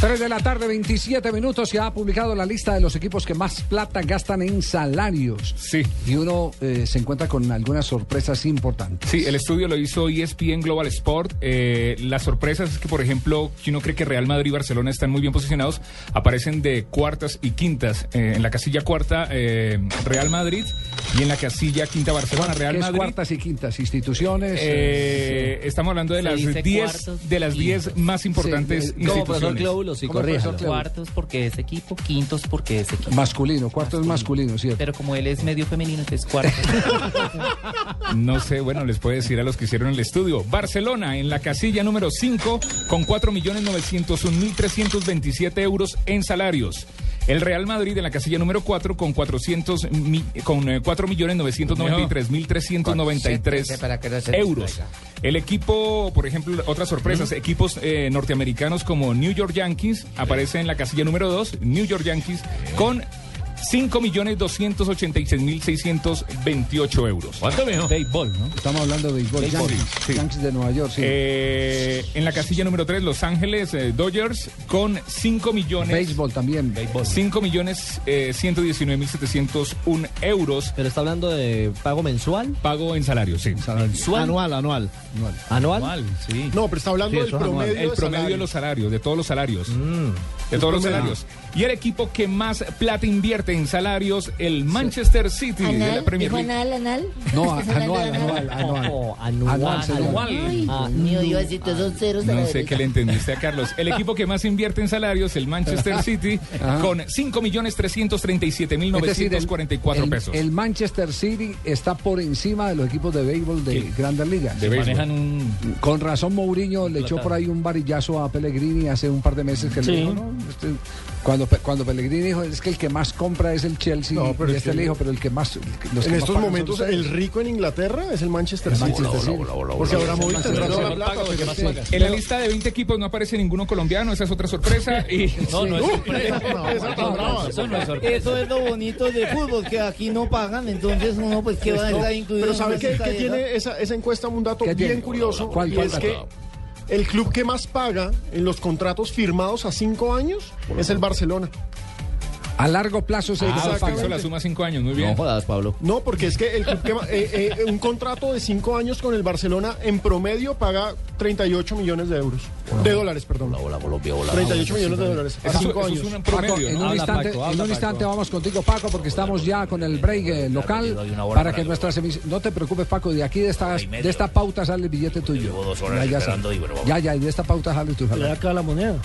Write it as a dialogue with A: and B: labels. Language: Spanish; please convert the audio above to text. A: 3 de la tarde, 27 minutos, se ha publicado la lista de los equipos que más plata gastan en salarios.
B: Sí.
A: Y uno eh, se encuentra con algunas sorpresas importantes.
B: Sí, el estudio lo hizo E ESPN Global Sport. Eh, las sorpresas es que, por ejemplo, que uno cree que Real Madrid y Barcelona están muy bien posicionados, aparecen de cuartas y quintas. Eh, en la casilla cuarta, eh, Real Madrid, y en la casilla quinta, Barcelona. Real
A: ¿Qué es
B: Madrid.
A: cuartas y quintas instituciones.
B: Eh, estamos hablando de
C: Se
B: las
C: dice
B: 10
C: cuartos,
B: de las 10 más importantes
A: Sí, eh,
C: Como profesor
B: instituciones.
C: Glóbulos y
A: Como profesor
C: corríjalo.
A: Claro.
C: Cuartos porque es equipo, quintos porque es equipo.
A: Masculino, cuarto es masculino, ¿cierto?
C: Pero como él es medio femenino, entonces cuartos.
B: No sé, bueno, les puedo decir a los que hicieron el estudio. Barcelona en la casilla número 5 con 4.901.327 euros en salarios. El Real Madrid en la casilla número 4 con 400 mi- con eh, 4.993.393 euros. El equipo, por ejemplo, otras sorpresas, equipos eh, norteamericanos como New York Yankees aparece en la casilla número 2, New York Yankees con 5.286.628 euros.
D: ¿Cuánto mijo? Béisbol, ¿no?
A: Estamos hablando de béisbol.
B: Béisbol,
A: Yankees,
B: sí.
A: Yankees de Nueva York, sí.
B: Eh, en la casilla número 3, Los Ángeles eh, Dodgers con 5 millones.
A: béisbol también.
B: 5 millones eh, 119 mil 701 euros
E: Pero está hablando de pago mensual.
B: pago en salario, sí.
E: Mensual.
F: Anual, anual.
A: Anual.
E: Anual.
D: ¿Cuál? Sí.
F: No, pero está hablando
E: Sí,
F: del
E: eso es anual.
F: promedio.
B: El
F: de
B: promedio de
F: salario.
B: los salarios, de todos los salarios. De todos los
F: promedio.
B: salarios. Y el equipo que más plata invierte en salarios, el Manchester City de la
G: Anal,
B: Premier
G: dijo
B: League.
G: anal, anal.
A: No,
G: ¿Estás hablando de
A: anual, anual, anual.
E: Oh, anual.
A: Anual, señor.
G: Ay, Dios mío, iba a decir, todos son ceros a la
B: No sé
G: derecha.
B: qué le entendiste a Carlos. El equipo que más invierte en salarios, el Manchester City,
A: Ajá.
B: con 5.337.944
A: Es decir, el- el-
B: pesos.
A: El Manchester City está por encima de los equipos de béisbol de
B: Sí.
A: grandes ligas.
B: De béisbol.
D: Manejan un.
A: Con razón Mourinho le echó por ahí un varillazo a Pellegrini hace un par de meses que le dijo, no, este- cuando, Pe- cuando Pellegrini dijo, es que el que más compra es el Chelsea,
F: No, pero
A: y
F: es
A: este
F: que-
A: le dijo, pero el que más... los Pues que
F: En
A: más
F: estos
A: pagan son
F: momentos,
A: ustedes".
F: el rico en Inglaterra es el Manchester City.
A: Manchester City.
F: Porque ahora Móvil tendrá
D: Pero
F: toda
D: no
F: la plata.
D: pago,
F: pero
D: que más
F: sí.
D: pagas.
B: En la lista de 20 equipos no aparece ninguno colombiano, esa es otra sorpresa. Y
D: No, no es sorpresa.
F: Esa está brava.
D: Eso no es sorpresa.
H: Eso es lo bonito de fútbol, que aquí no pagan, entonces uno pues que va a estar incluido.
F: Pero
H: en
F: ¿sabe
H: una
F: qué, qué
H: sentadera?
F: tiene esa, esa encuesta? Un dato
A: ¿Qué
F: bien
A: tiene?
F: curioso.
A: ¿Cuál,
F: y
A: cuál
F: es
A: dato?
F: que el club que más paga en los contratos firmados a cinco años es el Barcelona.
A: A largo plazo se
B: Ah,
A: paga.
B: hizo la suma 5 años, muy
E: No
B: bien.
E: jodas, Pablo.
F: No, porque es que el club que ma- eh, eh, un contrato de cinco años con el Barcelona en promedio paga 38 millones de euros. De dólares, perdón. 38 millones de dólares a
B: Eso- eso
F: cinco
B: es
F: años.
B: un
A: Paco,
B: promedio,
A: en
B: ¿no?
A: un,
D: Habla,
A: instante,
D: Paco,
A: en
D: habla,
A: un instante
D: Paco.
A: vamos contigo, Paco, porque estamos ya con el break eh, local para que nuestras emis- No te preocupes, Paco, de aquí de esta, de esta pauta sale el billete tuyo. Ya, ya, sale. ya, ya, y de esta pauta sale tu
H: acá la moneda.